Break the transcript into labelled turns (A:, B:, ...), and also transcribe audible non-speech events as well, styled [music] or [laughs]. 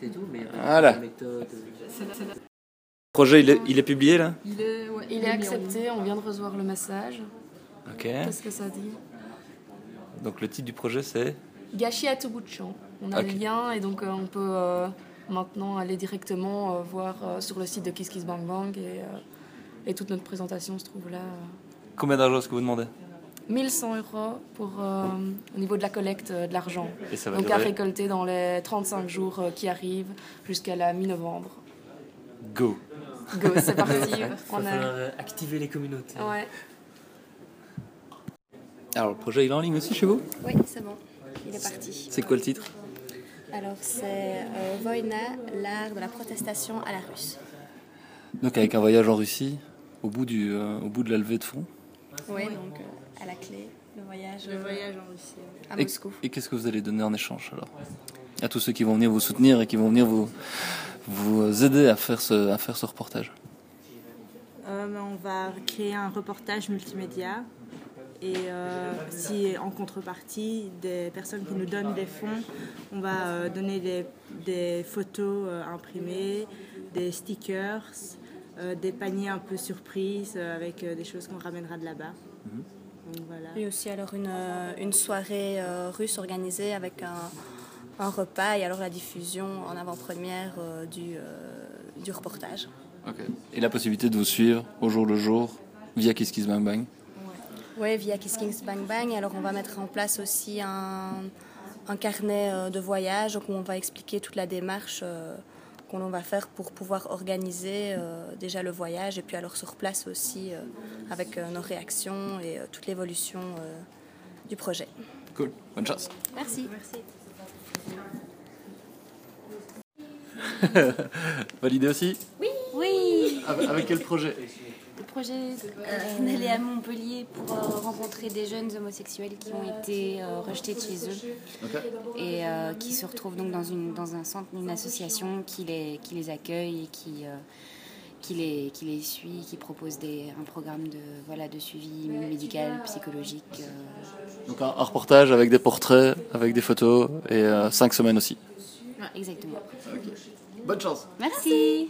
A: C'est tout, mais après,
B: Voilà.
A: la méthode. euh,
B: projet, il est, il est publié là
C: Il est, ouais,
D: Il est
C: en
D: accepté, on vient de recevoir le message.
B: Ok.
D: Qu'est-ce que ça dit
B: Donc le titre du projet c'est
D: Gâchis à tout bout de champ. On a
B: Ok.
D: les liens et donc euh, on peut euh, maintenant aller directement euh, voir euh, sur le site de Kiss Kiss Bang Bang et, euh, et toute notre présentation se trouve là. euh.
B: combien d'argent est-ce que vous demandez
D: 1100 euros pour, euh, au niveau de la collecte euh, de l'argent.
B: Et ça va
D: Donc à
B: durer
D: récolter dans les 35 jours euh, qui arrivent jusqu'à la mi-novembre.
B: Go.
D: Go,
B: [laughs]
D: c'est parti.
A: Il va
D: on a...
A: falloir euh, activer les communautés.
D: Ouais.
B: Alors le projet il est en ligne aussi chez vous
E: Oui, c'est bon, il est parti.
B: C'est quoi le titre
E: Alors, c'est euh, Voyna, l'art de la protestation à la russe.
B: Donc avec un voyage en Russie au bout du euh, au bout de la levée de fonds.
E: Oui, donc euh, à la clé, le voyage,
C: Le
E: euh,
C: voyage en Russie. ouais.
E: à
B: Et,
E: Moscou.
B: et qu'est-ce que vous allez donner en échange alors À tous ceux qui vont venir vous soutenir et qui vont venir vous vous aider à faire ce à faire ce reportage.
C: Euh, mais on va créer un reportage multimédia et euh, si en contrepartie des personnes qui nous donnent des fonds, on va euh, donner des, des photos euh, imprimées, des stickers, euh, des paniers un peu surprises euh, avec euh, des choses qu'on ramènera de là-bas. Donc voilà.
E: Il y a aussi alors une, euh, une soirée euh, russe organisée avec un, un repas et alors la diffusion en avant-première euh, du, euh, du reportage.
B: Et la possibilité de vous suivre au jour le jour via Kiss Kiss Bang Bang.
E: Oui, via Kiss Kings Bang Bang. Et Alors on va mettre en place aussi un, un carnet euh, de voyage donc, où on va expliquer toute la démarche euh, qu'on va faire pour pouvoir organiser euh, déjà le voyage et puis alors sur place aussi euh, avec euh, nos réactions et euh, toute l'évolution euh, du projet.
B: Cool. Bonne chance.
E: Merci.
B: [laughs] Validé aussi Oui. Oui. Avec quel projet
F: Le projet euh, d'aller à Montpellier pour euh, rencontrer des jeunes homosexuels qui ont été euh, rejetés de chez eux et euh, qui se retrouvent donc dans, une, dans un centre, une association qui les, qui les accueille et qui, euh, qui, les, qui les suit, qui propose des, un programme de, voilà, de suivi médical, psychologique. euh,
B: Donc un, un reportage avec des portraits, avec des photos et euh, cinq semaines aussi.
F: exactement.
B: Bonne chance.
F: Merci.